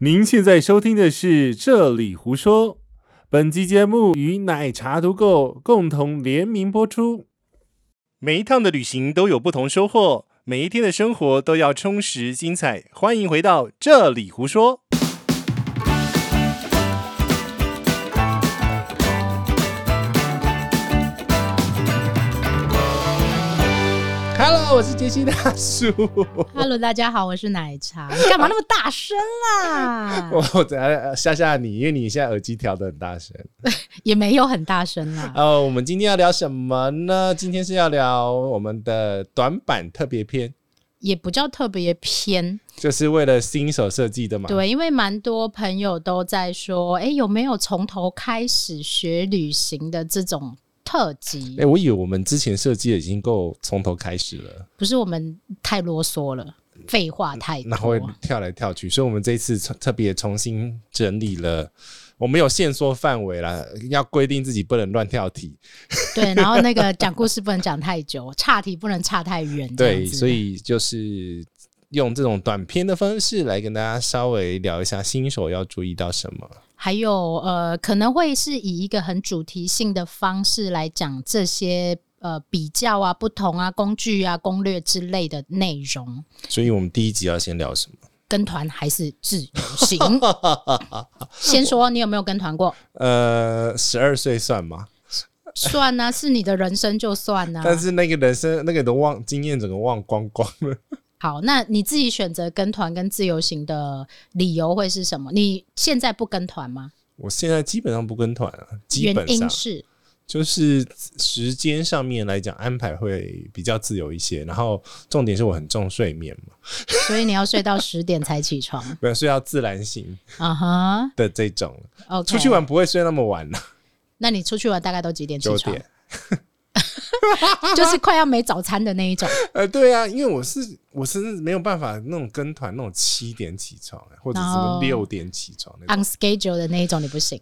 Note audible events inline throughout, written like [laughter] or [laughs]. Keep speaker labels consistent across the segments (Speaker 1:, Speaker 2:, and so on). Speaker 1: 您现在收听的是《这里胡说》，本期节目与奶茶独购共同联名播出。每一趟的旅行都有不同收获，每一天的生活都要充实精彩。欢迎回到《这里胡说》。Hello，我是杰西大 [laughs] 叔。
Speaker 2: Hello，大家好，我是奶茶。你干嘛那么大声啊啦？
Speaker 1: [laughs] 我等下呃吓吓你，因为你现在耳机调的很大声。
Speaker 2: 也没有很大声
Speaker 1: [laughs]
Speaker 2: 啊啦。
Speaker 1: 哦，我们今天要聊什么呢？今天是要聊我们的短板特别篇，
Speaker 2: 也不叫特别偏，
Speaker 1: 就是为了新手设计的嘛。
Speaker 2: 对，因为蛮多朋友都在说，哎、有没有从头开始学旅行的这种特辑？
Speaker 1: 哎、我以为我们之前设计的已经够从头开始了，
Speaker 2: 不是我们太啰嗦了，废话太
Speaker 1: 然后会 [laughs]
Speaker 2: 多。
Speaker 1: 跳来跳去，所以我们这一次特特别重新整理了，我们有限缩范围啦，要规定自己不能乱跳题。
Speaker 2: 对，然后那个讲故事不能讲太久，岔题不能岔太远。这样
Speaker 1: 对，
Speaker 2: 子
Speaker 1: 所以就是用这种短篇的方式来跟大家稍微聊一下新手要注意到什么。
Speaker 2: 还有呃，可能会是以一个很主题性的方式来讲这些呃比较啊、不同啊、工具啊、攻略之类的内容，
Speaker 1: 所以我们第一集要先聊什么？
Speaker 2: 跟团还是自由
Speaker 1: [laughs]
Speaker 2: 行？先说你有没有跟团过？
Speaker 1: 呃，十二岁算吗？
Speaker 2: 算啊，是你的人生就算啊。
Speaker 1: [laughs] 但是那个人生那个都忘经验，整个忘光光了。 [laughs]
Speaker 2: 好，那你自己选择跟团跟自由行的理由会是什么？你现在不跟团吗？
Speaker 1: 我现在基本上不跟团了，基
Speaker 2: 原
Speaker 1: 本上
Speaker 2: 因是
Speaker 1: 就是时间上面来讲安排会比较自由一些。然后重点是我很重睡眠嘛，
Speaker 2: 所以你要睡到十点才
Speaker 1: [laughs]
Speaker 2: 起床。
Speaker 1: 没有睡到自然醒
Speaker 2: 啊哈
Speaker 1: 的这种。
Speaker 2: ，OK。
Speaker 1: 出去，玩不会睡那么晚
Speaker 2: [laughs]
Speaker 1: 了，
Speaker 2: 那你出去玩大概都几点起
Speaker 1: 九
Speaker 2: 床？
Speaker 1: 点。 [laughs]
Speaker 2: 就是快要没早餐的那一种。
Speaker 1: 呃，对啊，因为我是我是没有办法那种跟团那种七点起床，啊或者什么
Speaker 2: 哦啊
Speaker 1: 六点起床那种。
Speaker 2: on schedule 的那一种你
Speaker 1: [laughs]
Speaker 2: 不行。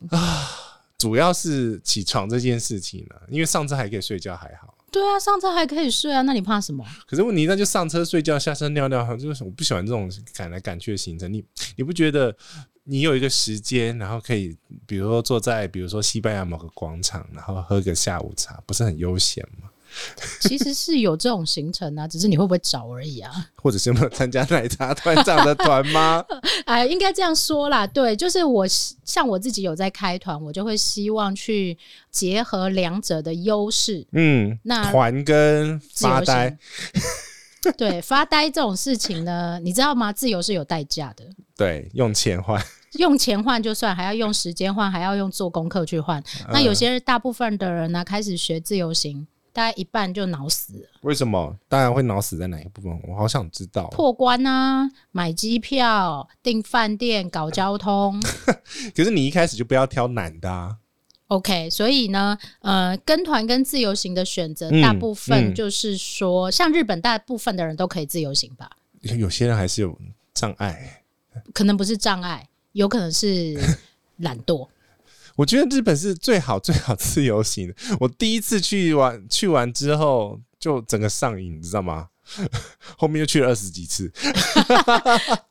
Speaker 1: 主要是起床这件事情呢、因为上车还可以睡觉还好，
Speaker 2: 对啊，上车还可以睡啊，那你怕
Speaker 1: [laughs]
Speaker 2: 什么？
Speaker 1: 可是问题那就上车睡觉，下车尿尿，就是我不喜欢这种赶来赶去的行程。你你不觉得你有一个时间，然后可以比如说坐在比如说西班牙某个广场，然后喝个下午茶，不是很悠闲吗？
Speaker 2: 其实是有这种行程啊，只是你会不会找而已啊。 [laughs]
Speaker 1: 或者是没有参加奶茶团长的团吗？
Speaker 2: 哎，应该这样说啦，对，就是我希像我自己有在开团，我就会希望去结合两者的优势。
Speaker 1: 嗯，
Speaker 2: 那
Speaker 1: 团跟
Speaker 2: 自由
Speaker 1: 发呆
Speaker 2: 行， [laughs] 对，发呆这种事情呢，你知道吗？自由是有代价的，
Speaker 1: 对，用钱换。
Speaker 2: 用钱换就算，还要用时间换，还要用做功课去换。那
Speaker 1: 嗯
Speaker 2: 有些人大部分的人呢、开始学自由行，大概一半就脑死了。
Speaker 1: 为什么？当然会脑死在哪一部分？我好想知道。
Speaker 2: 破关啊，买机票、订饭店、搞交通。
Speaker 1: 可是你一开始就不要挑难的啊。
Speaker 2: OK，所以呢，呃，跟团跟自由行的选择，
Speaker 1: 嗯
Speaker 2: 大部分
Speaker 1: 嗯
Speaker 2: 就是说，像日本，大部分的人都可以自由行吧？
Speaker 1: 有有些人还是有障碍。
Speaker 2: 可能不是障碍，有可能是懒惰。 [laughs]
Speaker 1: 我觉得日本是最好 [laughs] 最好自由行的。我第一次去玩，去完之后就整个上瘾，你知道吗？ [laughs] 后面又去了二十几次。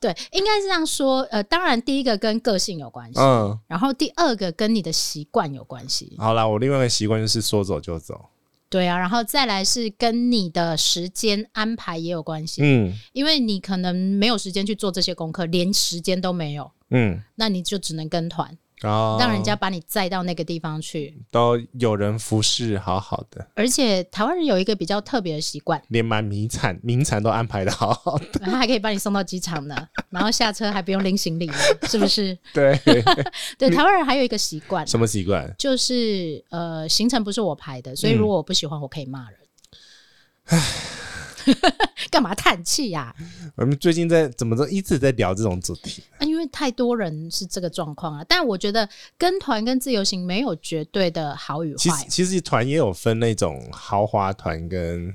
Speaker 2: 对，应该是这样说。呃，当然，第一个跟个性有关系，
Speaker 1: 嗯，
Speaker 2: 然后第二个跟你的习惯有关系。
Speaker 1: 好啦，我另外一个习惯就是说走就走。
Speaker 2: 对啊，然后再来是跟你的时间安排也有关系，
Speaker 1: 嗯
Speaker 2: 因为你可能没有时间去做这些功课，连时间都没有，
Speaker 1: 嗯，
Speaker 2: 那你就只能跟团，
Speaker 1: 然后
Speaker 2: 让人家把你载到那个地方去。
Speaker 1: 嗯哦都有人服侍，好好的，，
Speaker 2: 而且台湾人有一个比较特别的习惯
Speaker 1: 连买名产名产都安排的好好的。
Speaker 2: 他还可以把你送到机场呢，然后下车还不用拎行李呢，是不是？
Speaker 1: [laughs] 对，
Speaker 2: 对，台湾人还有一个习惯，
Speaker 1: 什么习惯？
Speaker 2: 就是呃，行程不是我排的，所以
Speaker 1: 嗯
Speaker 2: 如果我不喜欢，我可以骂人。 [laughs] 干嘛叹气啊呀、
Speaker 1: 我们最近在怎么着一直在聊这种主题。
Speaker 2: 啊？因为太多人是这个状况了。但我觉得跟团跟自由行没有绝对的好与
Speaker 1: 其实
Speaker 2: 坏。
Speaker 1: 其实团也有分那种豪华团跟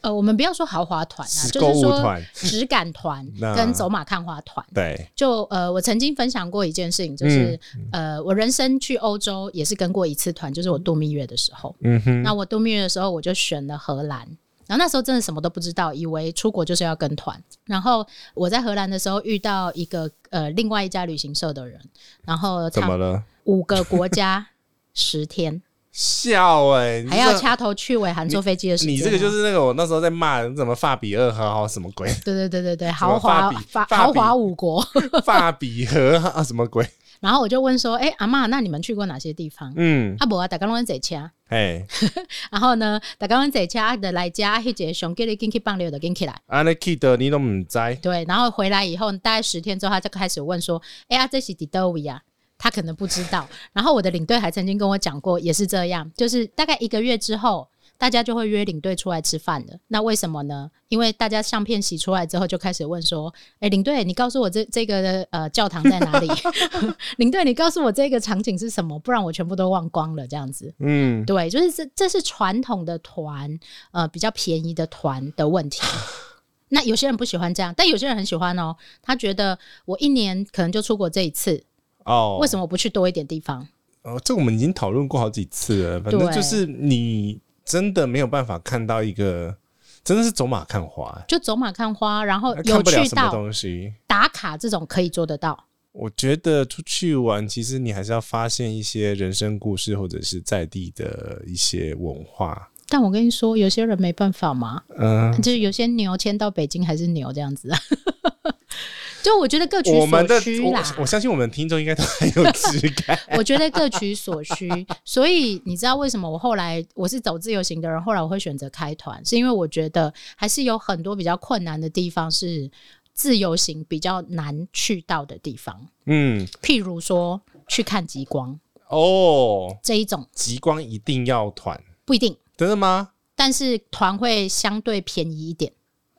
Speaker 2: 呃，我们不要说豪华团啊，就
Speaker 1: 购
Speaker 2: 是
Speaker 1: 物
Speaker 2: 说
Speaker 1: 团，
Speaker 2: 质感团
Speaker 1: [laughs] 那
Speaker 2: 跟走马看花团。
Speaker 1: 对，
Speaker 2: 就呃，我曾经分享过一件事情，就是、
Speaker 1: 嗯
Speaker 2: 呃，我人生去欧洲也是跟过一次团，就是我度蜜月的时候。
Speaker 1: 嗯哼，
Speaker 2: 那我度蜜月的时候，我就选了荷兰。然后那时候真的什么都不知道，以为出国就是要跟团。然后我在荷兰的时候遇到一个呃另外一家旅行社的人，然后
Speaker 1: 怎
Speaker 2: 他
Speaker 1: 么了？
Speaker 2: 五个国家十天，
Speaker 1: 笑哎、 [laughs] 你
Speaker 2: 还
Speaker 1: 这
Speaker 2: 要掐头去尾，含坐飞机的时间、啊
Speaker 1: 你这个就是那个我那时候在骂人，怎么法比二和好什么鬼，
Speaker 2: 对对对对对，
Speaker 1: 么
Speaker 2: 豪
Speaker 1: 法
Speaker 2: 华
Speaker 1: 比
Speaker 2: 法
Speaker 1: 法
Speaker 2: 豪
Speaker 1: 比
Speaker 2: 华五国。
Speaker 1: 法比和啊什么鬼？
Speaker 2: 然后我就问说：“哎、阿嬷，那你们去过哪些地方？”
Speaker 1: 嗯，
Speaker 2: 啊无啊，大家拢在车，
Speaker 1: 哎，
Speaker 2: 然后呢，大家拢在车啊就来家，迄个熊给你进去放尿就进起来。
Speaker 1: 安尼记得啊你都唔知，
Speaker 2: 对，然后回来以后，大概十天之后，他就开始问说：“哎、呀、这是迪德维啊？”他可能不知道。然后我的领队还曾经跟我讲过，也是这样，就是大概一个月之后，大家就会约领队出来吃饭的。那为什么呢？因为大家相片洗出来之后，就开始问说：“哎、领队，你告诉我这这个呃教堂在哪里？ [laughs] 领队，你告诉我这个场景是什么？不然我全部都忘光了。”这样子。
Speaker 1: 嗯，
Speaker 2: 对，就是这这是传统的团，呃，比较便宜的团的
Speaker 1: [laughs]
Speaker 2: 问题。那有些人不喜欢这样，但有些人很喜欢哦。他觉得我一年可能就出国这一次，
Speaker 1: 哦，
Speaker 2: 为什么不去多一点地方？
Speaker 1: 哦，这个我们已经讨论过好几次了。反正
Speaker 2: 对
Speaker 1: 就是你真的没有办法看到一个，真的是走马看花，欸
Speaker 2: 就走马看花，然后有
Speaker 1: 看不了
Speaker 2: 去
Speaker 1: 什么
Speaker 2: 到
Speaker 1: 东西。
Speaker 2: 打卡这种可以做得到。
Speaker 1: 我觉得出去玩，其实你还是要发现一些人生故事，或者是在地的一些文化。
Speaker 2: 但我跟你说，有些人没办法嘛，
Speaker 1: 嗯、
Speaker 2: 就是有些牛迁到北京还是牛这样子、啊。 [laughs] 就我觉得各取
Speaker 1: 我们的
Speaker 2: 所需啦。
Speaker 1: 我我相信我们的听众应该都很有质感。 [laughs]
Speaker 2: 我觉得各取所需，所以你知道为什么我后来我是走自由行的人，后来我会选择开团，是因为我觉得还是有很多比较困难的地方是自由行比较难去到的地方，
Speaker 1: 嗯，
Speaker 2: 譬如说去看极光
Speaker 1: 哦，
Speaker 2: 这一种
Speaker 1: 极光一定要团，
Speaker 2: 不一定，
Speaker 1: 真的吗？
Speaker 2: 但是团会相对便宜一点，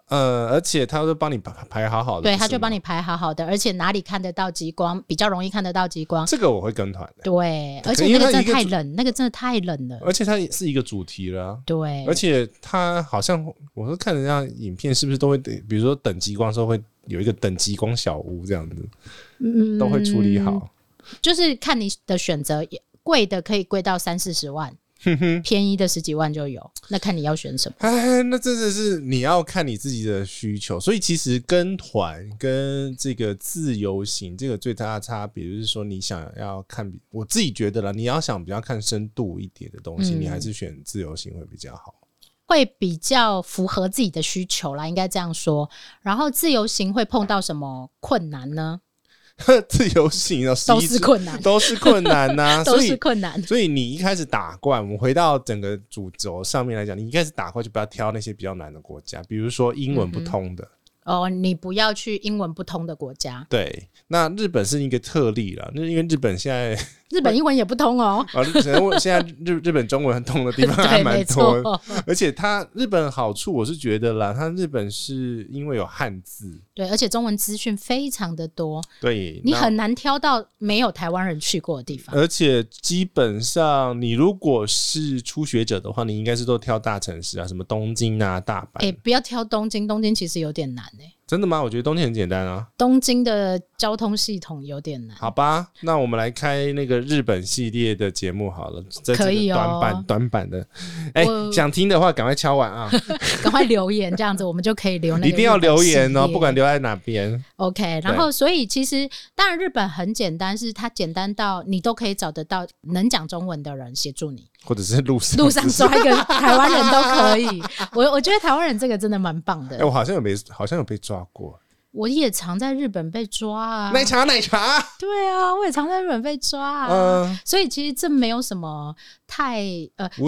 Speaker 1: 呃，而且他都帮你排排好好的，
Speaker 2: 对，
Speaker 1: 不
Speaker 2: 他
Speaker 1: 是
Speaker 2: 就帮
Speaker 1: 吗。
Speaker 2: 你排好好的，而且哪里看得到极光比较容易看得到极光，
Speaker 1: 这个我会跟团的，
Speaker 2: 对，而且
Speaker 1: 因为
Speaker 2: 那个
Speaker 1: 它
Speaker 2: 真
Speaker 1: 一个
Speaker 2: 的太
Speaker 1: 主
Speaker 2: 冷，那个真的太冷了，
Speaker 1: 而且它也是一个主题了啊、
Speaker 2: 对，
Speaker 1: 而且它好像我是看人家影片，是不是都会等，比如说等极光的时候会有一个等极光小屋这样子，
Speaker 2: 嗯
Speaker 1: 都会处理好。
Speaker 2: 就是看你的选择，也贵的可以贵到三四十万，便宜的十几万就有，那看你要选什么。
Speaker 1: 哎，那真的是你要看你自己的需求，所以其实跟团跟这个自由行这个最大的差别，就是说你想要看比，我自己觉得啦，你要想比较看深度一点的东西，
Speaker 2: 嗯
Speaker 1: 你还是选自由行会比较好。 [laughs]
Speaker 2: 会比较符合自己的需求啦，应该这样说。然后自由行会碰到什么困难呢？
Speaker 1: 自由行啊，
Speaker 2: 都
Speaker 1: 十一
Speaker 2: 是
Speaker 1: 次
Speaker 2: 困难，
Speaker 1: 都是困难呐、
Speaker 2: [laughs] 都
Speaker 1: 啊所以
Speaker 2: 是困难。
Speaker 1: 所以你一开始打怪，我们回到整个主轴上面来讲，你一开始打怪就不要挑那些比较难的国家，比如说英文
Speaker 2: 嗯
Speaker 1: 不通的。
Speaker 2: 哦，你不要去英文不通的国家，
Speaker 1: 对，那日本是一个特例了，那因为日本现在
Speaker 2: 日本英文也不通哦。
Speaker 1: 啊，日本我现在日日本中文通的地方 [laughs] 还
Speaker 2: [laughs] 对，没
Speaker 1: 蛮多的，
Speaker 2: 错，
Speaker 1: 而且它日本好处我是觉得啦，它日本是因为有汉字，
Speaker 2: 对，而且中文资讯非常的多，
Speaker 1: 对，
Speaker 2: 你
Speaker 1: 那
Speaker 2: 很难挑到没有台湾人去过的地方。
Speaker 1: 而且基本上，你如果是初学者的话，你应该是都挑大城市啊，什么东京啊、大阪。
Speaker 2: 哎、不要挑东京，东京其实有点难哎、
Speaker 1: 真的吗？我觉得东京很简单啊。
Speaker 2: 东京的交通系统有点难。
Speaker 1: 好吧，那我们来开那个日本系列的节目好了，这
Speaker 2: 可以
Speaker 1: 这个
Speaker 2: 哦
Speaker 1: 短版短版的，哎、
Speaker 2: 我
Speaker 1: 想听的话赶快敲完啊，
Speaker 2: 赶快留言，这样子我们就可以留 [laughs] 那个
Speaker 1: [laughs] 一定要
Speaker 2: 日本
Speaker 1: 留言哦，
Speaker 2: 系列
Speaker 1: 不管留在哪边，
Speaker 2: OK。然后，所以其实当然日本很简单，是它简单到你都可以找得到能讲中文的人协助你，
Speaker 1: 或者是路上
Speaker 2: 路上抓一个台湾人都
Speaker 1: [laughs]
Speaker 2: 可以。我我觉得台湾人这个真的蛮棒
Speaker 1: 哎、
Speaker 2: 的，
Speaker 1: 我好像有被好像有被抓过，
Speaker 2: 我也常在日本被抓啊，
Speaker 1: 奶茶奶茶，
Speaker 2: 对啊，我也常在日本被抓啊。
Speaker 1: 嗯、
Speaker 2: 所以其实这没有什么太呃
Speaker 1: 无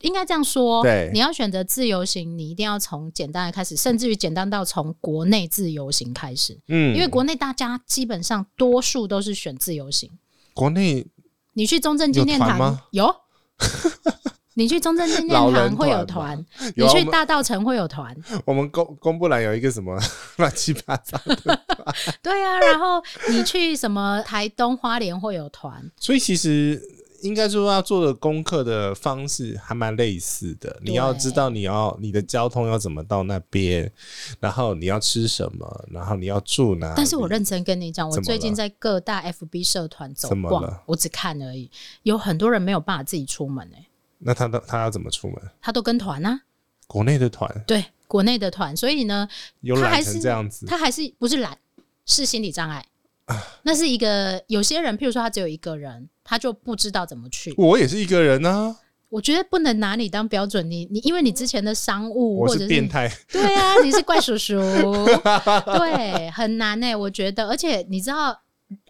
Speaker 2: 应该这样说，
Speaker 1: 对
Speaker 2: 你要选择自由行，你一定要从简单的开始，甚至于简单到从国内自由行开始，
Speaker 1: 嗯，
Speaker 2: 因为国内大家基本上多数都是选自由行。
Speaker 1: 国内
Speaker 2: 你去中正纪念
Speaker 1: 有团
Speaker 2: 堂
Speaker 1: 吗
Speaker 2: 有， [laughs] 你去中正纪念
Speaker 1: 老人
Speaker 2: 堂
Speaker 1: 团
Speaker 2: 会有
Speaker 1: 吗
Speaker 2: 团，
Speaker 1: 有
Speaker 2: 你
Speaker 1: 啊
Speaker 2: 去
Speaker 1: 我们
Speaker 2: 大道城会
Speaker 1: [laughs]
Speaker 2: 有团，
Speaker 1: 我们公公布栏有一个什么乱七八糟，
Speaker 2: 对啊，然后你去什么台东花莲会有团，
Speaker 1: [laughs] 所以其实应该说要做的功课的方式还蛮类似的。你要知道你要你的交通要怎么到那边，然后你要吃什么，然后你要住哪里。
Speaker 2: 但是我认真跟你讲，我
Speaker 1: 怎么
Speaker 2: 最近
Speaker 1: 了
Speaker 2: 在各大 FB 社团走
Speaker 1: 怎么
Speaker 2: 逛
Speaker 1: 了，
Speaker 2: 我只看而已，有很多人没有办法自己出门哎、
Speaker 1: 那他的他要怎么出门？
Speaker 2: 他都跟团啊。
Speaker 1: 国内的团
Speaker 2: 对国内的团，所以呢，
Speaker 1: 有
Speaker 2: 他
Speaker 1: 懒
Speaker 2: 还
Speaker 1: 成
Speaker 2: 是
Speaker 1: 这样子，
Speaker 2: 他还是不是懒，是心理障碍。
Speaker 1: 啊
Speaker 2: 那是一个有些人，譬如说他只有一个人，他就不知道怎么去。
Speaker 1: 我也是一个人啊，
Speaker 2: 我觉得不能拿你当标准，你你因为你之前的商务
Speaker 1: 我
Speaker 2: 或者
Speaker 1: 是
Speaker 2: 是
Speaker 1: 变态，
Speaker 2: 对啊，你是怪
Speaker 1: [laughs]
Speaker 2: 叔叔，对，很难哎、我觉得，而且你知道，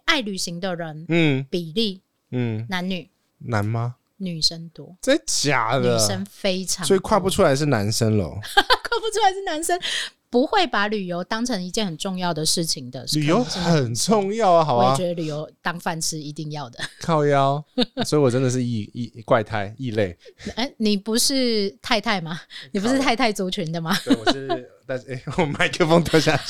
Speaker 2: 爱旅行的人
Speaker 1: 嗯
Speaker 2: 比例
Speaker 1: 嗯，
Speaker 2: 男女
Speaker 1: 难吗？
Speaker 2: 女生多，
Speaker 1: 真假
Speaker 2: 女
Speaker 1: 的？
Speaker 2: 生非常多，
Speaker 3: 所以跨不出来是男生喽。
Speaker 2: 看不出来是男生，不会把旅游当成一件很重要的事情的。是
Speaker 1: 旅游
Speaker 2: 可能是
Speaker 1: 很重要啊，好
Speaker 2: 我也
Speaker 1: 啊，
Speaker 2: 觉得旅游当饭吃一定要的。 [laughs]
Speaker 1: 靠腰，
Speaker 3: 所以我真的是异异怪胎异类。
Speaker 2: 哎、你不是太太吗？你不是
Speaker 1: 啊
Speaker 2: 太太族群
Speaker 1: [laughs]
Speaker 2: 的吗？
Speaker 3: 对，我是，但是哎、我麦克风掉下
Speaker 2: [laughs]
Speaker 3: 去。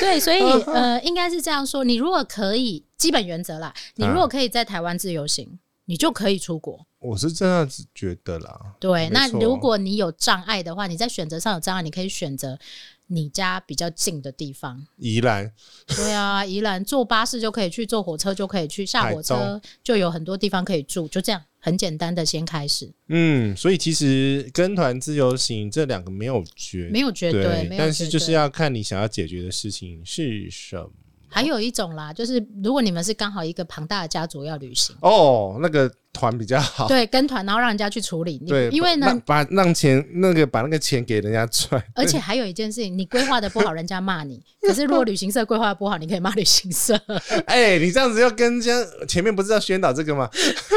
Speaker 2: 对，所以
Speaker 1: 嗯
Speaker 2: 呃，应该是这样说：你如果可以，基本原则啦，
Speaker 1: 嗯
Speaker 2: 你如果可以在台湾自由行，你就可以出国。
Speaker 1: 我是这样子觉得啦。
Speaker 2: 对，
Speaker 1: 没
Speaker 2: 那
Speaker 1: 错
Speaker 2: 如果你有障碍的话，你在选择上有障碍，你可以选择你家比较近的地方。
Speaker 1: 宜兰 [laughs]
Speaker 2: 对啊，宜兰坐巴士就可以去，坐火车就可以去，下火
Speaker 1: 台
Speaker 2: 车就有很多地方可以住，就这样很简单的先开始，
Speaker 1: 嗯，所以其实跟团自由行这两个没有绝
Speaker 2: 没有绝对，没有
Speaker 1: 但是
Speaker 2: 绝
Speaker 1: 就是
Speaker 2: 对
Speaker 1: 要看你想要解决的事情是什么。
Speaker 2: 还有一种啦，就是如果你们是刚好一个庞大的家族要旅行，
Speaker 3: 哦，那个团比较
Speaker 1: 哦
Speaker 3: 好。
Speaker 2: 对，跟团然后让人家去处理，你
Speaker 3: 对，
Speaker 2: 因为呢，
Speaker 3: 把把让钱那个把那个钱给人家
Speaker 2: [laughs]
Speaker 3: 赚，
Speaker 2: 而且还有一件事情，你规划的不好，人家骂你；可是如果旅行社规划的不好，你可以骂旅行社。
Speaker 3: 哎、你这样子要跟人家前面不是要宣导这个吗？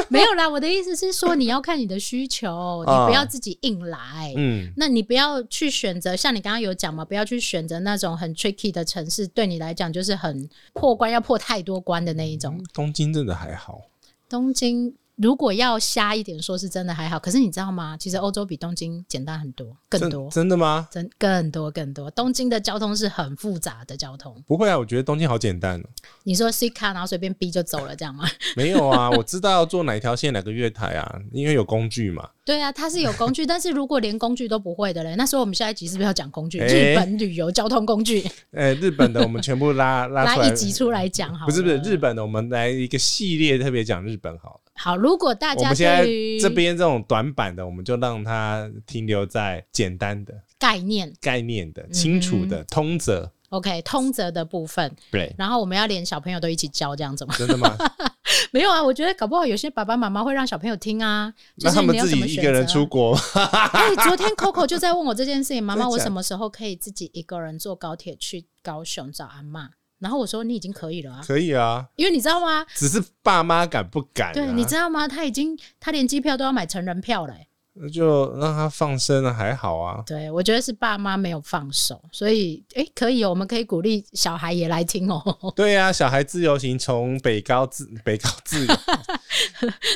Speaker 2: 没有啦，我的意思是说，你要看你的需求，你不要自己硬来。
Speaker 1: 嗯，
Speaker 2: 那你不要去选择，像你刚刚有讲嘛，不要去选择那种很 tricky 的城市，对你来讲就是很破关，要破太多关的那一种。
Speaker 1: 东京真的还好，
Speaker 2: 东京如果要瞎一点说，是真的还好。可是你知道吗？其实欧洲比东京简单很多，更
Speaker 1: 真
Speaker 2: 多，
Speaker 1: 真的吗？
Speaker 2: 真更多更多。东京的交通是很复杂的交通，
Speaker 1: 不会啊，我觉得东京好简单哦。
Speaker 2: 你说 C 卡，然后随便 B 就走了，这样吗？ [laughs]
Speaker 1: 没有啊， [laughs] 我知道要坐哪一条线、哪个月台啊，因为有工具嘛。
Speaker 2: 对啊，它是有工
Speaker 1: [laughs]
Speaker 2: 具，但是如果连工具都不会的人，那所以我们下一集是不是要讲工具？
Speaker 1: 哎
Speaker 2: 日本旅游交通
Speaker 1: [laughs]
Speaker 2: 工具，
Speaker 1: 呃、日本的我们全部
Speaker 2: [laughs]
Speaker 1: 拉拉出
Speaker 2: 来
Speaker 1: 来，
Speaker 2: 一集出来讲好了。
Speaker 1: 不是不是日本的，我们来一个系列特别讲日本好了。
Speaker 2: 好，如果大
Speaker 1: 我
Speaker 2: 家
Speaker 1: 们现在
Speaker 2: 对于
Speaker 1: 这边这种短板的，我们就让它停留在简单的、
Speaker 2: 概念
Speaker 1: 概念的、清楚
Speaker 2: 嗯
Speaker 1: 的、通则。
Speaker 2: OK 通则的部分，
Speaker 1: 对，
Speaker 2: 然后我们要连小朋友都一起教，这样子吗？
Speaker 1: 真的
Speaker 2: [laughs]
Speaker 1: 吗？
Speaker 2: 没有啊，我觉得搞不好有些爸爸妈妈会让小朋友听啊，就
Speaker 1: 那
Speaker 2: 是
Speaker 1: 他们
Speaker 2: 你要
Speaker 1: 自
Speaker 2: 怎
Speaker 1: 己
Speaker 2: 么
Speaker 1: 一
Speaker 2: 选
Speaker 1: 个人
Speaker 2: 择啊
Speaker 1: 出国，
Speaker 2: 哎、昨天 Coco 就在问我这件事情，
Speaker 1: [laughs]
Speaker 2: 妈妈，
Speaker 1: 真的
Speaker 2: 我
Speaker 1: 假的
Speaker 2: 什么时候可以自己一个人坐高铁去高雄找阿妈？然后我说你已经可以了
Speaker 1: [laughs]
Speaker 2: 啊，
Speaker 1: 可以啊，
Speaker 2: 因为你知道吗？
Speaker 1: 只是爸妈敢不敢、啊？
Speaker 2: 对，你知道吗？他已经他连机票都要买成人票了、欸。
Speaker 1: 那就让他放生了，还好啊。
Speaker 2: 对，我觉得是爸妈没有放手，所以哎、诶可以哦，我们可以鼓励小孩也来听哦。 [laughs]
Speaker 1: 对呀、啊，小孩自由行从北高自北高
Speaker 2: [laughs]
Speaker 1: 自由，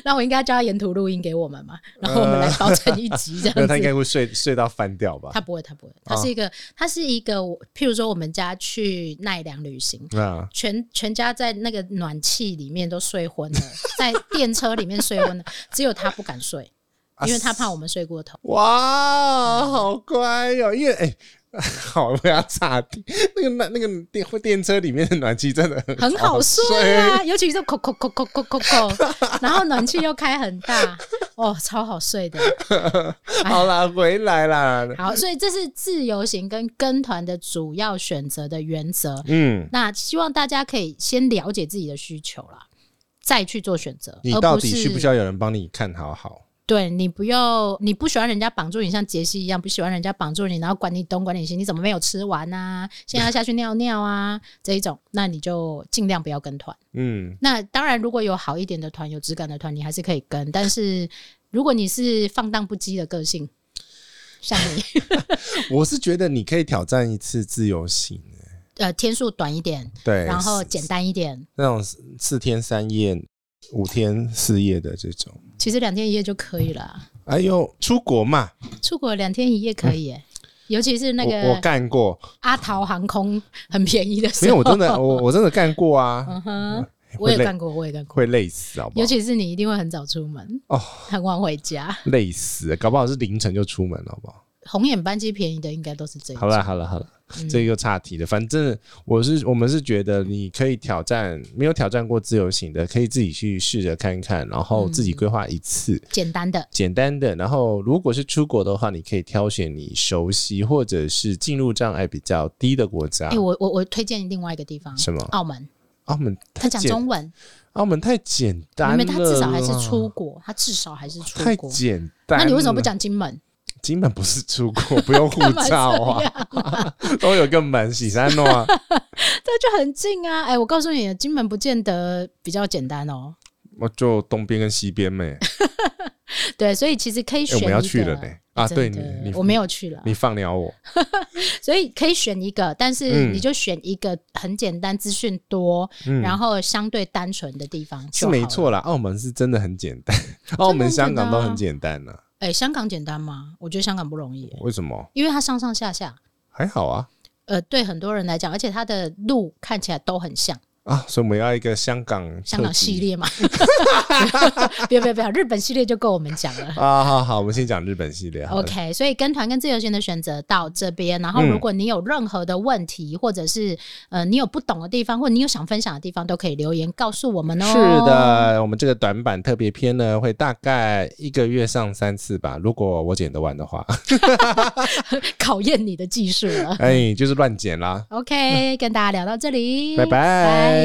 Speaker 2: 那我应该叫他沿途录音给我们嘛，然后我
Speaker 1: 呃
Speaker 2: 们来包成一集这
Speaker 1: [laughs] 那
Speaker 2: 样
Speaker 1: 他应该
Speaker 2: 子。
Speaker 1: 会睡睡到翻掉吧？
Speaker 2: 他不会，他不会，他
Speaker 3: 啊
Speaker 2: 是一个，他是一个我，譬如说我们家去奈良旅行，
Speaker 1: 啊，
Speaker 2: 全全家在那个暖气里面都睡昏
Speaker 3: [laughs]
Speaker 2: 了，在电车里面睡昏了，只有他不敢睡，因为他怕我们睡
Speaker 3: [laughs]
Speaker 2: 过头。
Speaker 3: 啊哇，哦好乖哟、因为哎、 [laughs] 好不要岔题，那个那那个电电车里面的暖气真的
Speaker 2: [laughs]
Speaker 3: 很
Speaker 2: 很好睡啊，尤其是扣扣扣扣扣扣
Speaker 3: [laughs]
Speaker 2: 扣，然后暖气又开很大，哦，超好睡的。
Speaker 3: 好啦，回来
Speaker 2: [laughs]
Speaker 3: 啦，
Speaker 2: 好，所以这是自由行跟跟团的主要选择的原则。
Speaker 1: 嗯，
Speaker 2: 那希望大家可以先了解自己的需求啦，再去做选择。
Speaker 3: 你
Speaker 2: 而
Speaker 3: 到
Speaker 2: 不
Speaker 3: 底
Speaker 2: 是
Speaker 3: 需不需要有人帮你看好好？
Speaker 2: 对你不要，你不喜欢人家绑住你，像杰西一样不喜欢人家绑住你，然后管你东管你西，你怎么没有吃完啊？现在要下去尿尿啊，这一种，那你就尽量不要跟团。
Speaker 1: 嗯，
Speaker 2: 那当然，如果有好一点的团，有质感的团，你还是可以跟。但是如果你是放荡不羁的个性，像你，
Speaker 3: 我是觉得你可以挑战一次自由行，
Speaker 2: 呃，天数短
Speaker 3: [laughs]
Speaker 2: 一点，
Speaker 3: 对，
Speaker 2: 然后简单一点，
Speaker 3: 那种四四天三夜、五天四夜的这种。
Speaker 2: 其实两天一夜就可以了啊。
Speaker 3: 哎呦，出国嘛，
Speaker 2: 出国两天一夜可以耶、尤其是那
Speaker 3: 我我
Speaker 2: 个
Speaker 3: 干过，
Speaker 2: 阿桃航空很便宜的时
Speaker 3: 没
Speaker 2: 候，
Speaker 3: 有，我真的我我真的干过啊，
Speaker 2: 嗯哼，我
Speaker 3: 会
Speaker 2: 也
Speaker 3: 累
Speaker 2: 干过，我也干过。
Speaker 3: 会累死，好不
Speaker 2: 尤
Speaker 3: 好？
Speaker 2: 其是你一定会很早出门
Speaker 3: 哦
Speaker 2: 很晚回家，
Speaker 3: 累死，搞不好是凌晨就出门，好不好？
Speaker 2: 红眼班机便宜的应该都是这一种。
Speaker 1: 好了，好了好了，
Speaker 2: 嗯
Speaker 1: 这个又岔题了。反正我是我们是觉得你可以挑战，没有挑战过自由行的，可以自己去试着看看，然后自
Speaker 2: 嗯
Speaker 1: 己规划一次。
Speaker 2: 简单的，
Speaker 1: 简单的，然后如果是出国的话，你可以挑选你熟悉或者是进入障碍比较低的国家。
Speaker 2: 哎、我我我推荐另外一个地方，
Speaker 1: 啊什么
Speaker 2: 澳门，
Speaker 1: 澳门
Speaker 2: 他
Speaker 1: 太
Speaker 2: 讲
Speaker 1: 简
Speaker 2: 中文，
Speaker 1: 澳门太简单
Speaker 2: 因
Speaker 1: 了啦，
Speaker 2: 为他至少还是出国，他至少还是出
Speaker 1: 太
Speaker 2: 国。
Speaker 1: 简单。
Speaker 2: 那你为什么不？讲金门？
Speaker 1: 金门不是出国，不用护照
Speaker 2: [laughs]
Speaker 1: 啊， [laughs] 都有个门，喜山诺啊，
Speaker 2: 这就很近啊！哎、我告诉你，金门不见得比较简单哦。
Speaker 1: [laughs]
Speaker 2: [laughs]
Speaker 1: 我就东边跟西边呗。
Speaker 2: 对，所以其实可以
Speaker 1: 哎
Speaker 2: 选
Speaker 1: 我
Speaker 2: 一个。
Speaker 1: 们要去了呢啊
Speaker 2: 真的
Speaker 1: 对你你
Speaker 2: 我没有去了，
Speaker 1: 你放了我，
Speaker 2: 所以可以选一个，但是
Speaker 1: 嗯
Speaker 2: 你就选一个很简单、资讯多，
Speaker 1: 嗯，
Speaker 2: 然后相对单纯的地方
Speaker 1: 是
Speaker 2: 就好
Speaker 1: 没
Speaker 2: 了。
Speaker 1: 错啦。澳门是真的很简
Speaker 2: [laughs]
Speaker 1: 单，澳门、香港都
Speaker 2: 真的很
Speaker 1: 很
Speaker 2: 简啊
Speaker 1: 简单呐、
Speaker 2: 哎、香港简单吗？我觉得香港不容易耶、哎
Speaker 1: 为什么？
Speaker 2: 因为它上上下下，
Speaker 1: 还好啊
Speaker 2: 呃，对很多人来讲，而且它的路看起来都很像。
Speaker 1: 啊，所以我们要一个香港
Speaker 2: 香港
Speaker 1: 特辑 [laughs]
Speaker 2: 系列嘛， [laughs] 别别别，日本系列就够我们讲了。
Speaker 1: 啊，好好，我们先讲日本系列好了。
Speaker 2: OK，所以跟团跟自由行的选择到这边，然后
Speaker 1: 嗯
Speaker 2: 如果你有任何的问题，或者是呃你有不懂的地方，或者你有想分享的地方，都可以留言告诉我们哦。
Speaker 1: 是，的，我们这个短版特别篇呢，会大概一个月上三次吧，如果我剪得完的话。
Speaker 2: 考验你的
Speaker 1: [laughs]
Speaker 2: 技术了。 [laughs]
Speaker 1: 哎，就是乱剪啦，
Speaker 2: OK，跟大家聊到这里，
Speaker 1: 拜拜。